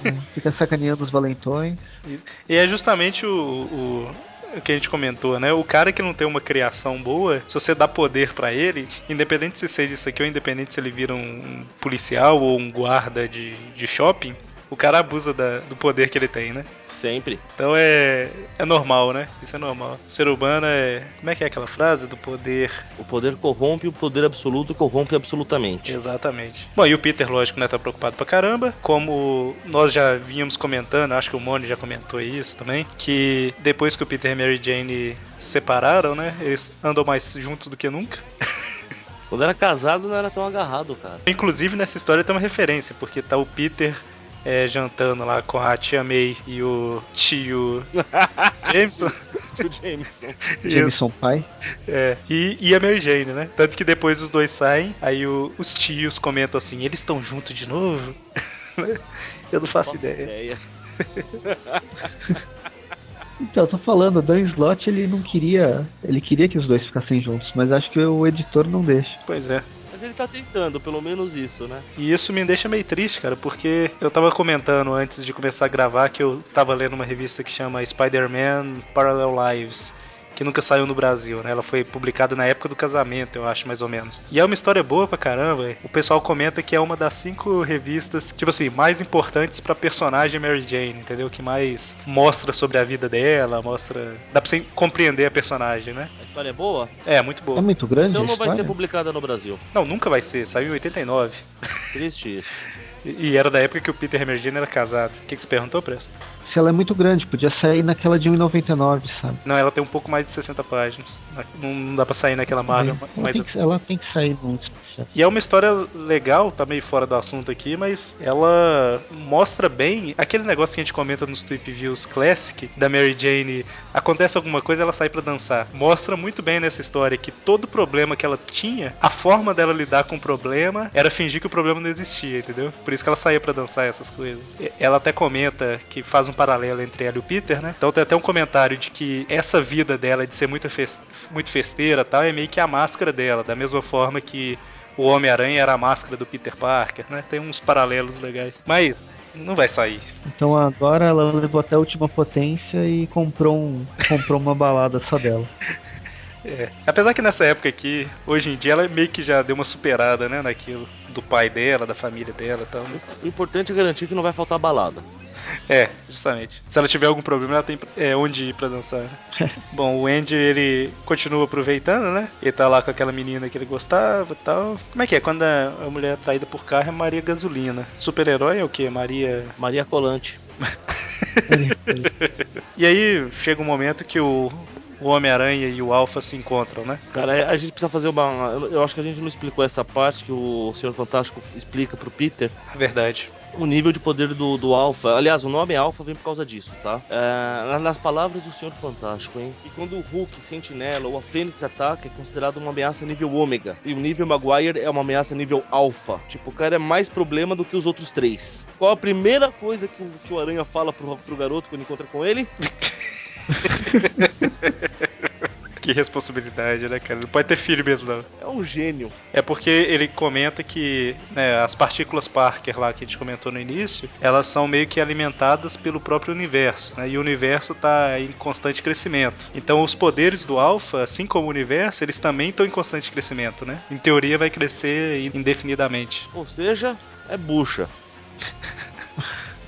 B: né? fica sacaneando os valentões.
A: Isso. E é justamente o, o- o que a gente comentou, né? O cara que não tem uma criação boa, se você dá poder pra ele, independente se seja isso aqui ou independente se ele vira um policial ou um guarda de, de shopping, o cara abusa da- do poder que ele tem, né?
C: Sempre.
A: Então é, é normal, né? Isso é normal. O ser humano é. Como é que é aquela frase? Do poder.
C: O poder corrompe, o poder absoluto corrompe absolutamente.
A: Exatamente. Bom, e o Peter, lógico, né, tá preocupado pra caramba. Como nós já vínhamos comentando, acho que o Moni já comentou isso também, que depois que o Peter e a Mary Jane se separaram, né, eles andam mais juntos do que nunca.
C: Quando era casado, não era tão agarrado, cara.
A: Inclusive, nessa história tem uma referência, porque tá o Peter é, jantando lá com a tia May e o tio Jameson.
C: O Jameson.
A: Isso,
B: Jameson Pai.
A: é. e, e a Mary Jane, né? Tanto que depois os dois saem, aí o- os tios comentam assim, eles estão juntos de novo? Eu não faço ideia.
B: Então, eu tô falando, o Dan Slott ele não queria. Ele queria que os dois ficassem juntos, mas acho que o editor não deixa.
A: Pois é.
C: Mas ele tá tentando, pelo menos isso, né?
A: E isso me deixa meio triste, cara, porque eu tava comentando antes de começar a gravar que eu tava lendo uma revista que chama Spider-Man Parallel Lives, que nunca saiu no Brasil, né? Ela foi publicada na época do casamento, eu acho, mais ou menos. E é uma história boa pra caramba. O pessoal comenta que é uma das cinco revistas, tipo assim, mais importantes pra personagem Mary Jane, entendeu? Que mais mostra sobre a vida dela, mostra. Dá pra você compreender a personagem, né?
C: A história é boa?
A: É, muito
B: É
A: boa.
B: muito grande.
C: Então
B: a
C: não vai ser
B: história?
C: publicada no Brasil.
A: Não, nunca vai ser, saiu em 89.
C: Triste isso.
A: E e era da época que o Peter Emergine era casado. O que, que você perguntou, Presto?
B: Se ela é muito grande, podia sair naquela de 1,99, sabe?
A: Não, ela tem um pouco mais de 60 páginas. Não- Não dá pra sair naquela
B: Ela,
A: Marvel. Mas...
B: tem que, ela tem que sair num especial.
A: E é uma história legal, tá meio fora do assunto aqui, mas ela mostra bem aquele negócio que a gente comenta nos Tweep Views Classic da Mary Jane. Acontece alguma coisa, ela sai pra dançar. Mostra muito bem nessa história que todo problema que ela tinha, a forma dela lidar com o problema era fingir que o problema não existia, entendeu? Por isso que ela saía pra dançar essas coisas. E- Ela até comenta que faz um paralelo entre ela e o Peter, né? Então tem até um comentário de que essa vida dela de ser muito, fes- muito festeira e tal é meio que a máscara dela, da mesma forma que o Homem-Aranha era a máscara do Peter Parker, né? Tem uns paralelos legais. Mas não vai sair.
B: Então agora ela levou até a última potência e comprou, um, comprou uma balada só dela.
A: É. Apesar que nessa época aqui, hoje em dia, ela meio que já deu uma superada, né, naquilo. do pai dela, da família dela e tal. mas-
C: O importante é garantir que não vai faltar balada.
A: É, justamente. Se ela tiver algum problema, ela tem é, onde ir pra dançar. né? Bom, o Andy, ele continua aproveitando, né? Ele tá lá com aquela menina que ele gostava e tal. Como é que é? Quando a a mulher é atraída por carro é Maria Gasolina. Super-herói é o quê? Maria.
C: Maria Colante.
A: E aí chega um momento que o. O Homem-Aranha e o Alpha se encontram, né?
C: Cara, é, a gente precisa fazer uma. eu- Eu acho que a gente não explicou essa parte que o Senhor Fantástico explica pro Peter.
A: É verdade.
C: o nível de poder do, do Alpha. Aliás, o nome Alpha vem por causa disso, tá? É, na- nas palavras do Senhor Fantástico, hein? E quando o Hulk, Sentinela ou a Fênix ataca, é considerado uma ameaça nível ômega. E o nível Maguire é uma ameaça nível alfa. Tipo, o cara é mais problema do que os outros três. Qual a primeira coisa que o, que o Aranha fala pro, pro garoto quando encontra com ele?
A: Que responsabilidade, né, cara? Não pode ter filho mesmo, não.
C: É um gênio.
A: É porque ele comenta que né, as partículas Parker lá que a gente comentou no início, elas são meio que alimentadas pelo próprio universo, né? E o universo está em constante crescimento. Então os poderes do Alpha, assim como o universo, eles também estão em constante crescimento, né? Em teoria vai crescer indefinidamente.
C: Ou seja, é bucha.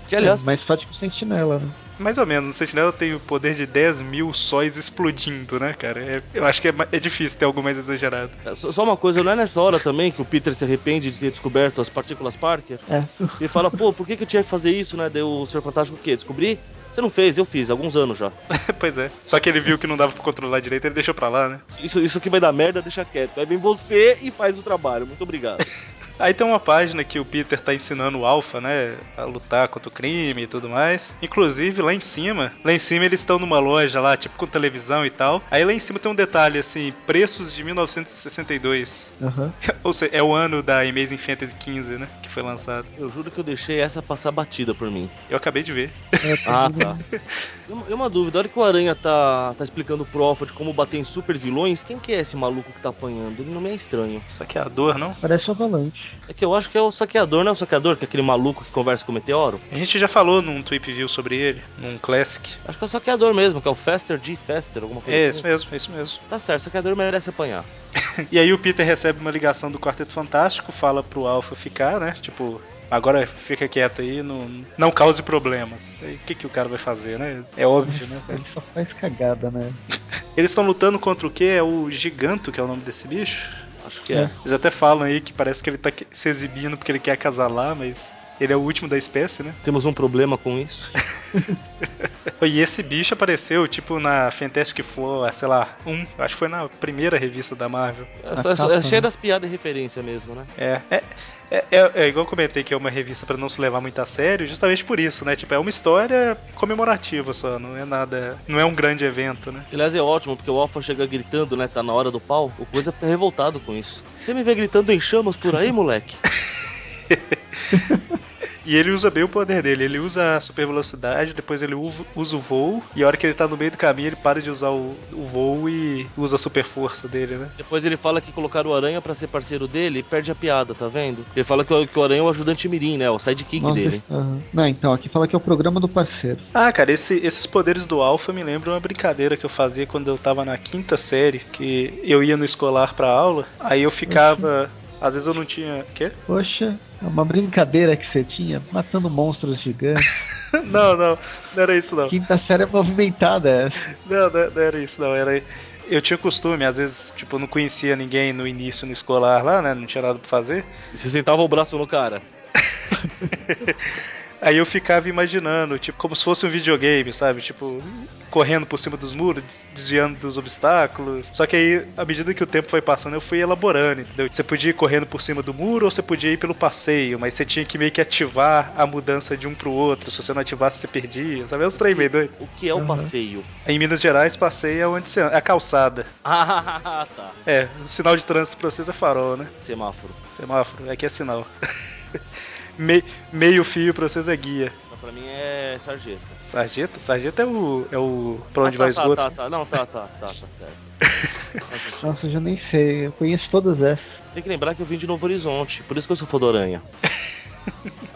C: Que aliás,
B: Mas faz tipo sentinela, né?
A: Mais ou menos, no Sentinela tem o poder de 10 mil sóis explodindo, né, cara? É- eu acho que é, ma- é difícil ter algo mais exagerado.
C: é só só uma coisa, não é nessa hora também que o Peter se arrepende de ter descoberto as partículas Parker?
B: É.
C: Ele fala, pô, por que, que eu tinha que fazer isso, né? Deu o Senhor Fantástico o quê? Descobri? Você não fez, eu fiz, há alguns anos já.
A: pois é. Só que ele viu que não dava pra controlar direito, ele deixou pra lá, né?
C: Isso, isso aqui vai dar merda, deixa quieto. Aí vem você e faz o trabalho. Muito obrigado.
A: Aí tem uma página que o Peter tá ensinando o Alpha, né, a lutar contra o crime e tudo mais. Inclusive lá em cima, lá em cima eles estão numa loja lá, tipo com televisão e tal. Aí lá em cima tem um detalhe assim, preços de 1962.
B: Aham.
A: Ou seja, é o ano da Amazing Fantasy 15, né, que foi lançado.
C: Eu juro que eu deixei essa passar batida por mim.
A: Eu acabei de ver.
B: É,
C: Ah,
B: tudo-
C: tá. E uma, e uma dúvida, a hora que o Aranha tá, tá explicando pro Alfred como bater em super vilões, quem que é esse maluco que tá apanhando? Ele não me é estranho.
A: Saqueador, não?
B: Parece um avalanche.
C: É que eu acho que é o saqueador, não é o saqueador, que é aquele maluco que conversa com o meteoro?
A: A gente já falou num tweet view sobre ele, num classic.
C: Acho que é o saqueador mesmo, que é o Fester G. Fester, alguma coisa
A: É
C: assim.
A: isso mesmo, é isso mesmo.
C: Tá certo, o saqueador merece apanhar.
A: E aí o Peter recebe uma ligação do Quarteto Fantástico, fala pro Alpha ficar, né? Tipo, agora fica quieto aí, não, não cause problemas. E O que, que o cara vai fazer, né? É óbvio, né?
B: Ele só faz cagada, né?
A: Eles estão lutando contra o quê? É o Giganto, que é o nome desse bicho?
C: Acho que é.
A: Eles até falam aí que parece que ele tá que- se exibindo porque ele quer acasalar, mas ele é o último da espécie, né?
C: Temos um problema com isso.
A: E esse bicho apareceu, tipo, na Fantastic Four, sei lá, um. eu Acho que foi na primeira revista da Marvel.
C: É,
B: A
C: só- é só-
B: capa,
C: é cheio
B: né?
C: das piadas e referência mesmo, né?
A: É, é, é, é- é igual eu comentei que é uma revista pra não se levar muito a sério, justamente por isso, né? Tipo, é uma história comemorativa só, não é nada. Não é um grande evento, né?
C: Que, Aliás, é ótimo, porque o Alpha chega gritando, né? Tá na hora do pau. O Coisa fica revoltado com isso. Você me vê gritando em chamas por aí, moleque?
A: E ele usa bem o poder dele, ele usa a super velocidade, depois ele uva- usa o voo, e a hora que ele tá no meio do caminho, ele para de usar o, o voo e usa a super força dele, né?
C: Depois ele fala que colocaram o Aranha pra ser parceiro dele e perde a piada, tá vendo? Ele fala que o, que o Aranha é o ajudante mirim, né? O sidekick
B: Nossa,
C: dele.
B: aham. Não, então, aqui fala que é o programa do parceiro.
A: Ah, cara, esse- esses poderes do Alpha me lembram uma brincadeira que eu fazia quando eu tava na quinta série, que eu ia no escolar pra aula, aí eu ficava. Às vezes eu não tinha. Quê?
B: Poxa, é uma brincadeira que você tinha, matando monstros gigantes.
A: Não, não, não era isso não.
B: Quinta série é movimentada essa.
A: Não, é, não, não era isso, não. Era. Eu tinha costume, às vezes, tipo, eu não conhecia ninguém no início no escolar lá, né? Não tinha nada pra fazer.
C: Você sentava o braço no cara.
A: Aí eu ficava imaginando, tipo, como se fosse um videogame, sabe? Tipo, correndo por cima dos muros, des- desviando dos obstáculos. Só que aí, à medida que o tempo foi passando, eu fui elaborando, entendeu? Você podia ir correndo por cima do muro ou você podia ir pelo passeio, mas você tinha que meio que ativar a mudança de um pro outro. Se você não ativasse, você perdia, sabe? Eu trem meio doido.
C: O que é o
B: Aham.
C: passeio?
A: Em Minas Gerais, passeio é onde você anda, é a calçada.
C: Ah, tá.
A: É, o sinal de trânsito pra vocês é farol, né?
C: Semáforo.
A: Semáforo, aqui é sinal. Me- meio fio pra vocês é guia.
C: Então, pra mim é sarjeta.
A: Sarjeta? Sarjeta é o. é o. pra onde
C: ah, tá,
A: vai
C: tá,
A: esgoto.
C: Tá, tá, não, tá, tá, tá, tá certo. Faz sentido.
B: Nossa, eu já nem sei, eu conheço todas essas.
C: Você tem que lembrar que eu vim de Novo Horizonte, por isso que eu sou fã do Aranha.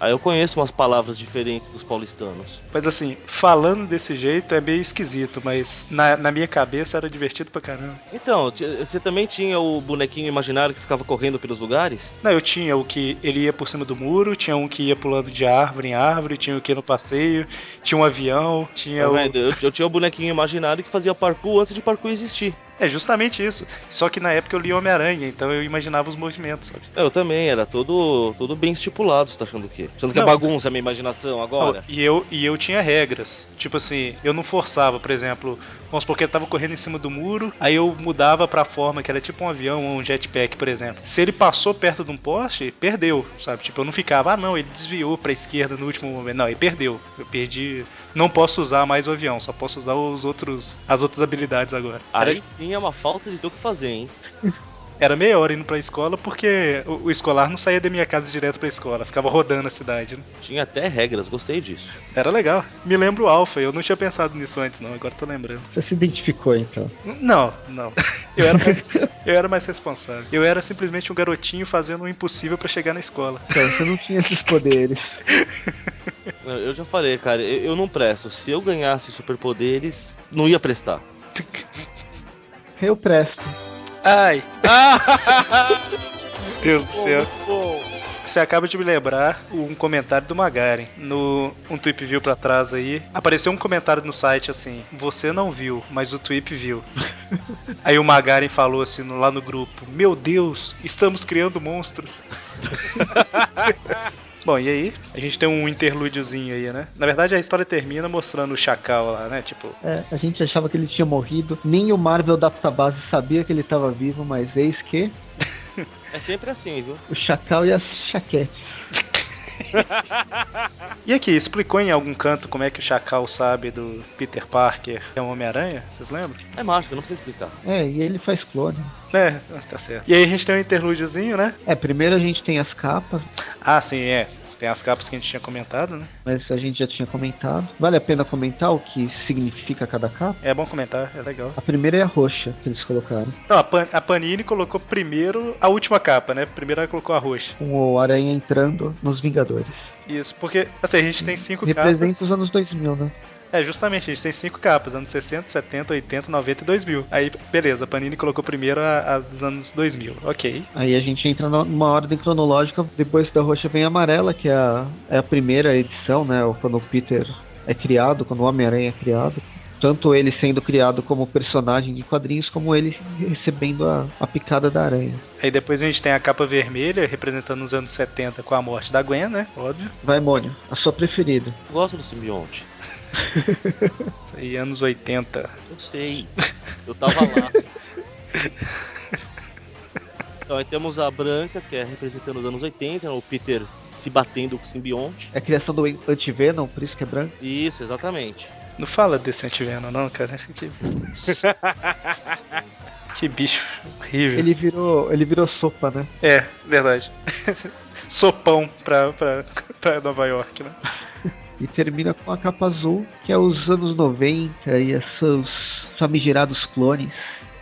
C: Aí eu conheço umas palavras diferentes dos paulistanos.
A: Mas assim, falando desse jeito é meio esquisito, mas na, na minha cabeça era divertido pra caramba.
C: Então, t- você também tinha o bonequinho imaginário que ficava correndo pelos lugares?
A: Não, eu tinha o que ele ia por cima do muro, tinha um que ia pulando de árvore em árvore, tinha o que ia no passeio, tinha um avião, tinha
C: Tá
A: o.
C: vendo? Eu, eu tinha o bonequinho imaginário que fazia parkour antes de parkour existir.
A: É justamente isso. Só que na época eu li Homem-Aranha, então eu imaginava os movimentos, sabe?
C: Eu também, era todo, todo bem estipulado, você tá achando o quê? Achando que é
A: Não.
C: bagunça a minha imaginação agora?
A: E eu, e eu tinha regras. Tipo assim, eu não forçava, por exemplo, vamos supor que ele tava correndo em cima do muro, aí eu mudava pra forma que era tipo um avião ou um jetpack, por exemplo. Se ele passou perto de um poste, perdeu, sabe? Tipo, eu não ficava, ah não, ele desviou pra esquerda no último momento. Não, ele perdeu. Eu perdi. Não posso usar mais o avião, só posso usar os outros, as outras habilidades agora. Era,
C: Aí sim é uma falta de ter o que fazer, hein?
A: era meia hora indo pra escola porque o, o escolar não saía da minha casa direto pra escola, ficava rodando a cidade, né?
C: Tinha até regras, gostei disso.
A: Era legal. Me lembro o Alpha, eu não tinha pensado nisso antes, não, agora tô lembrando.
B: Você se identificou então.
A: Não, não. Eu era mais, eu era mais responsável. Eu era simplesmente um garotinho fazendo o impossível pra chegar na escola.
B: Então, você não tinha esses poderes.
C: Eu eu já falei, cara, eu, eu não presto. Se eu ganhasse superpoderes, não ia prestar.
B: Eu presto.
A: Ai,
C: Ah!
A: Deus do céu.
C: Muito bom.
A: Você acaba de me lembrar um comentário do Magaren. No um tweet view pra trás aí, apareceu um comentário no site assim: "Você não viu, mas o tweet viu". aí o Magaren falou assim no- lá no grupo: "Meu Deus, estamos criando monstros". Bom, e aí? A gente tem um interlúdiozinho aí, né? Na verdade, a história termina mostrando o Chacal lá, né? Tipo,
B: É, a gente achava que ele tinha morrido. Nem o Marvel Database sabia que ele estava vivo, mas eis que
C: É sempre assim, viu?
B: o Chacal e as chaquetes.
A: E aqui, explicou em algum canto como é que o Chacal sabe do Peter Parker é um Homem-Aranha? Vocês lembram?
C: É mágica, não precisa explicar.
B: É, e ele faz clone.
A: É, tá certo. E aí a gente tem um interlúdiozinho, né?
B: É, primeiro a gente tem as capas,
A: Ah, sim, é. Tem as capas que a gente tinha comentado, né?
B: mas a gente já tinha comentado. Vale a pena comentar o que significa cada capa?
A: É bom comentar, é legal.
B: A primeira é a roxa que eles colocaram,
A: Não, a, Pan- a Panini colocou primeiro a última capa, né? Primeiro ela colocou a roxa.
B: com o Aranha entrando nos Vingadores.
A: Isso, porque, assim, a gente tem cinco
B: Representa
A: capas.
B: os anos 2000, né?
A: É, justamente, a gente tem cinco capas, anos 60, 70, 80, 90 e 2000. Aí, beleza, a Panini colocou primeiro a, a dos anos 2000, ok.
B: Aí a gente entra no- numa ordem cronológica, depois da roxa vem a amarela, que é a, é a primeira edição, né? o- Quando o Peter é criado, quando o Homem-Aranha é criado. Tanto ele sendo criado como personagem de quadrinhos, como ele recebendo a, a picada da aranha.
A: Aí depois a gente tem a capa vermelha, representando os anos 70 com a morte da Gwen, né? Óbvio.
B: Vai, Mônio, a sua preferida.
C: Eu gosto do simbionte.
A: Isso aí, anos 80.
C: Eu sei. Eu tava lá. Então, aí temos a branca, que é representando os anos 80, né, o Peter se batendo com o simbionte.
B: É a criação do Anti-Venom, por isso que é branco.
C: Isso, exatamente.
A: Não fala desse antiveno, não, cara. Que, que bicho horrível.
B: Ele virou, ele virou sopa, né?
A: É, verdade. Sopão pra, pra, pra Nova York, né?
B: E termina com a capa azul, que é os anos 90 e esses famigerados clones.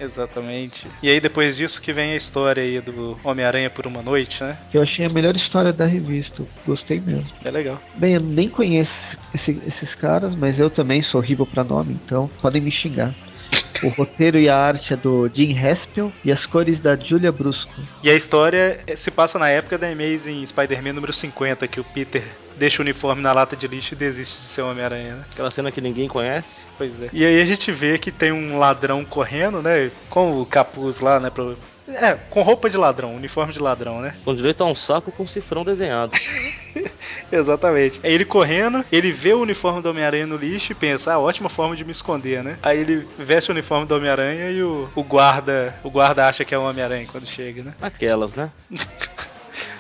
A: Exatamente. E aí depois disso que vem a história aí do Homem-Aranha por uma noite, né?
B: Que eu achei a melhor história da revista. Gostei mesmo.
A: É legal.
B: Bem, eu nem conheço esse- esses caras, mas eu também sou horrível pra nome, então podem me xingar. O roteiro e a arte é do Jim Haspel e as cores da Julia Brusco.
A: E a história eh, se passa na época da Amazing Spider-Man número 50, que o Peter deixa o uniforme na lata de lixo e desiste de ser Homem-Aranha, né?
C: Aquela cena que ninguém conhece.
A: Pois é. E aí a gente vê que tem um ladrão correndo, né? Com o capuz lá, né? pro- É, com roupa de ladrão, uniforme de ladrão, né?
C: Com direito a um saco com um cifrão desenhado.
A: Exatamente. Aí ele correndo, ele vê o uniforme do Homem-Aranha no lixo e pensa, ah, ótima forma de me esconder, né? Aí ele veste o uniforme do Homem-Aranha e o, o guarda o guarda acha que é o Homem-Aranha quando chega, né?
C: Aquelas, né?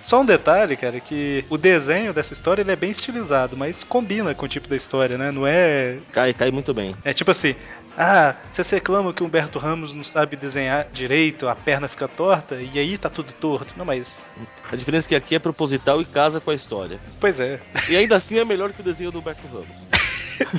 A: Só um detalhe, cara, que o desenho dessa história ele é bem estilizado, mas combina com o tipo da história, né? Não é
C: Cai, cai muito bem.
A: É tipo assim, ah, você reclama que o Humberto Ramos não sabe desenhar direito, a perna fica torta, e aí tá tudo torto. Não, mas.
C: A diferença é que aqui é proposital e casa com a história.
A: Pois é,
C: E ainda assim é melhor que o desenho do Humberto Ramos.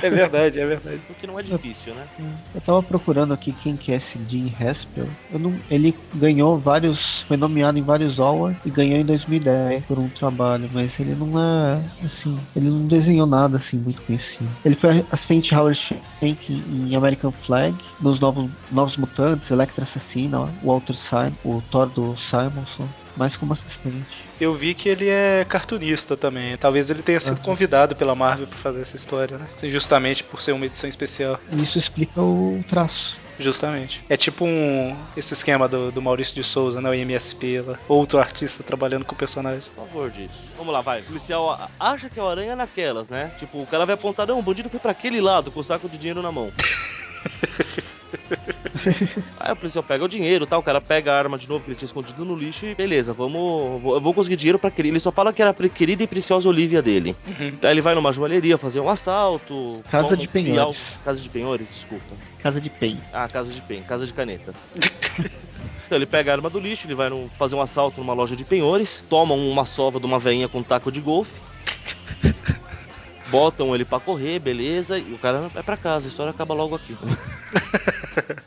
A: é verdade, é verdade.
C: Porque não é difícil, né?
B: Eu tava procurando aqui quem que é esse Jim Haspel. Eu não- ele ganhou vários. Foi nomeado em vários awards e ganhou em 2000 2010 por um trabalho, mas ele não é assim, ele não desenhou nada assim muito conhecido. Ele foi assistente Howard Schenck em American Flag, nos Novos, Novos Mutantes, Electra Assassina, Walter Simon, o Thor do Simonson, mas como assistente.
A: Eu vi que ele é cartunista também. Talvez ele tenha sido
B: Ah.
A: convidado pela Marvel para fazer essa história, né? Assim, Justamente por ser uma edição especial.
B: E isso explica o traço.
A: Justamente. É tipo um. Esse esquema do, do Maurício de Souza, né? O MSP lá. Outro artista trabalhando com o personagem.
C: Por favor disso. Vamos lá, vai. O policial a- acha que é o aranha naquelas, né? Tipo, o cara vai apontar, não, o bandido foi pra aquele lado com o saco de dinheiro na mão. Aí o policial pega o dinheiro tal, o cara pega a arma de novo que ele tinha escondido no lixo e beleza, vamos. vou- Eu vou conseguir dinheiro pra querida. Ele só fala que era a querida e preciosa Olivia dele.
A: Uhum.
C: Aí ele vai numa joalheria fazer um assalto.
B: Casa
C: toma
B: de
C: um piau-
B: penhores.
C: Casa de penhores, desculpa.
B: Casa de Pain.
C: Ah, casa de pen, casa de canetas. Então ele pega a arma do lixo, ele vai num- fazer um assalto numa loja de penhores, tomam uma sova de uma veinha com um taco de golfe, botam ele pra correr, beleza, e o cara vai pra casa, a história acaba logo aqui.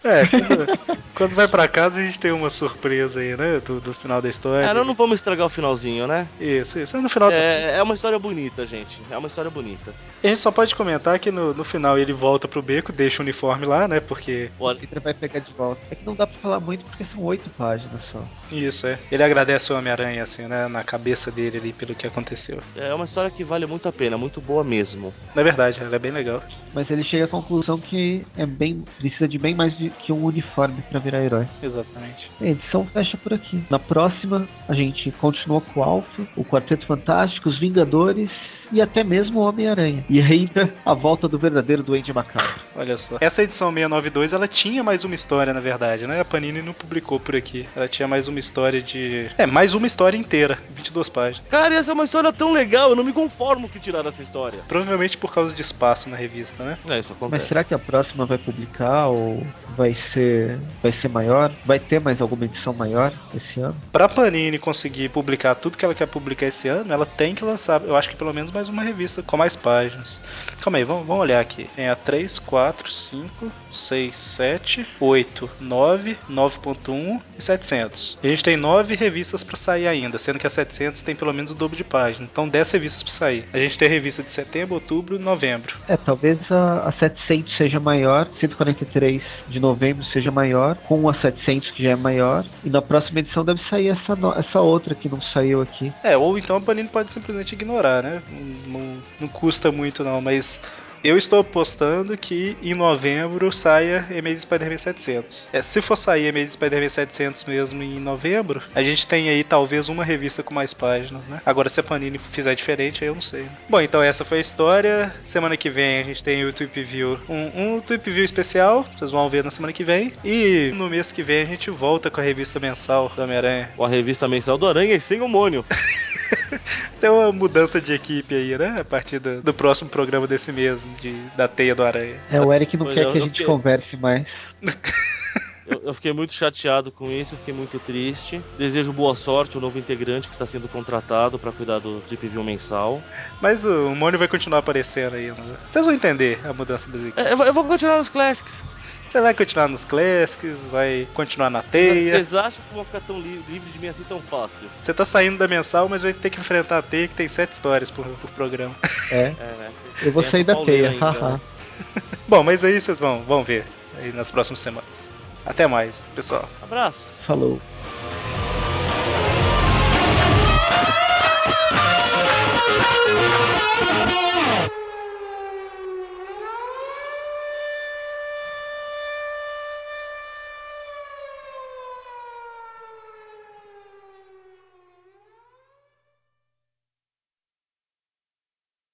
A: É, quando, quando vai pra casa a gente tem uma surpresa aí, né? Do, do final da história.
C: É, não, não vamos estragar o finalzinho, né?
A: Isso, isso. É no final da...
C: É, é uma história bonita, gente. É uma história bonita.
A: A gente só pode comentar que no, no final ele volta pro beco, deixa o uniforme lá, né? Porque.
C: O ar-
B: Peter vai pegar de volta. É que não dá pra falar muito porque são oito páginas só.
A: Isso, é. Ele agradece o Homem-Aranha, assim, né? Na cabeça dele ali pelo que aconteceu.
C: É uma história que vale muito a pena, muito boa mesmo.
A: Na verdade, ela é bem legal.
B: Mas ele chega à conclusão que é bem precisa de bem mais de- que um uniforme pra virar herói.
A: Exatamente.
B: A edição fecha por aqui. Na próxima, a gente continua com o Alpha, o Quarteto Fantástico, os Vingadores e até mesmo o Homem-Aranha. E ainda a volta do verdadeiro Duende Macabro.
A: Olha só. Essa edição 692, ela tinha mais uma história, na verdade, né? A Panini não publicou por aqui. Ela tinha mais uma história de. É, mais uma história inteira, 22 páginas.
C: Cara, essa é uma história tão legal, eu não me conformo que tiraram essa história.
A: Provavelmente por causa de espaço na revista, né?
C: É, isso
B: Mas
C: acontece.
B: será que a próxima vai publicar ou vai ser vai ser maior? Vai ter mais alguma edição maior esse ano?
A: Pra Panini conseguir publicar tudo que ela quer publicar esse ano, ela tem que lançar, eu acho que pelo menos mais uma revista com mais páginas. Calma aí, vamos, vamos olhar aqui. Tem a 3, 4, 5, 6, 7, 8, 9, 9.1 e 700. A gente tem 9 revistas pra sair ainda, sendo que a 700 tem pelo menos o dobro de página. Então 10 revistas pra sair. A gente tem revista de setembro, outubro e novembro.
B: É, talvez a, a 700 seja maior, 143 de novembro seja maior, com a 700 que já é maior, e na próxima edição deve sair essa, no- essa outra que não saiu aqui.
A: É, ou então a Panini pode simplesmente ignorar, né? Não, não- não custa muito não, mas eu estou apostando que em novembro saia Amazing Spider-Man 700. É, se for sair Amazing Spider-Man 700 mesmo em novembro, a gente tem aí talvez uma revista com mais páginas, né? Agora se a Panini fizer diferente, aí eu não sei. né? Bom, então essa foi a história. Semana que vem a gente tem o Tweep View, um, um Tweep View especial, vocês vão ver na semana que vem. E no mês que vem a gente volta com a revista mensal do Homem-Aranha.
C: Com a revista mensal do Aranha e sem homônio.
A: Tem uma mudança de equipe aí, né? A partir do, do próximo programa desse mês, de, da Teia do Aranha.
B: É, o Eric não
C: Pois
B: quer
C: é,
B: que a
C: eu
B: gente
C: fiquei-
B: converse mais.
C: Eu, eu fiquei muito chateado com isso, eu fiquei muito triste. Desejo boa sorte ao novo integrante que está sendo contratado para cuidar do Trip View mensal.
A: Mas o, o Mônio vai continuar aparecendo aí. né? Vocês vão entender a mudança das equipes.
C: É, Eu, vou- eu vou continuar nos Classics.
A: Você vai continuar nos Classics, vai continuar na Teia.
C: Vocês acham que vão ficar tão li- livre de mim assim tão fácil?
A: Você tá saindo da mensal, mas vai ter que enfrentar a Teia, que tem sete histórias por, por programa.
B: É,
C: É, né?
B: eu vou
C: Tem
B: sair
C: essa
B: da
C: pauleira
B: teia, haha.
C: né?
A: Bom, mas aí vocês vão, vão ver aí nas próximas semanas. Até mais, pessoal.
C: Abraço.
B: Falou.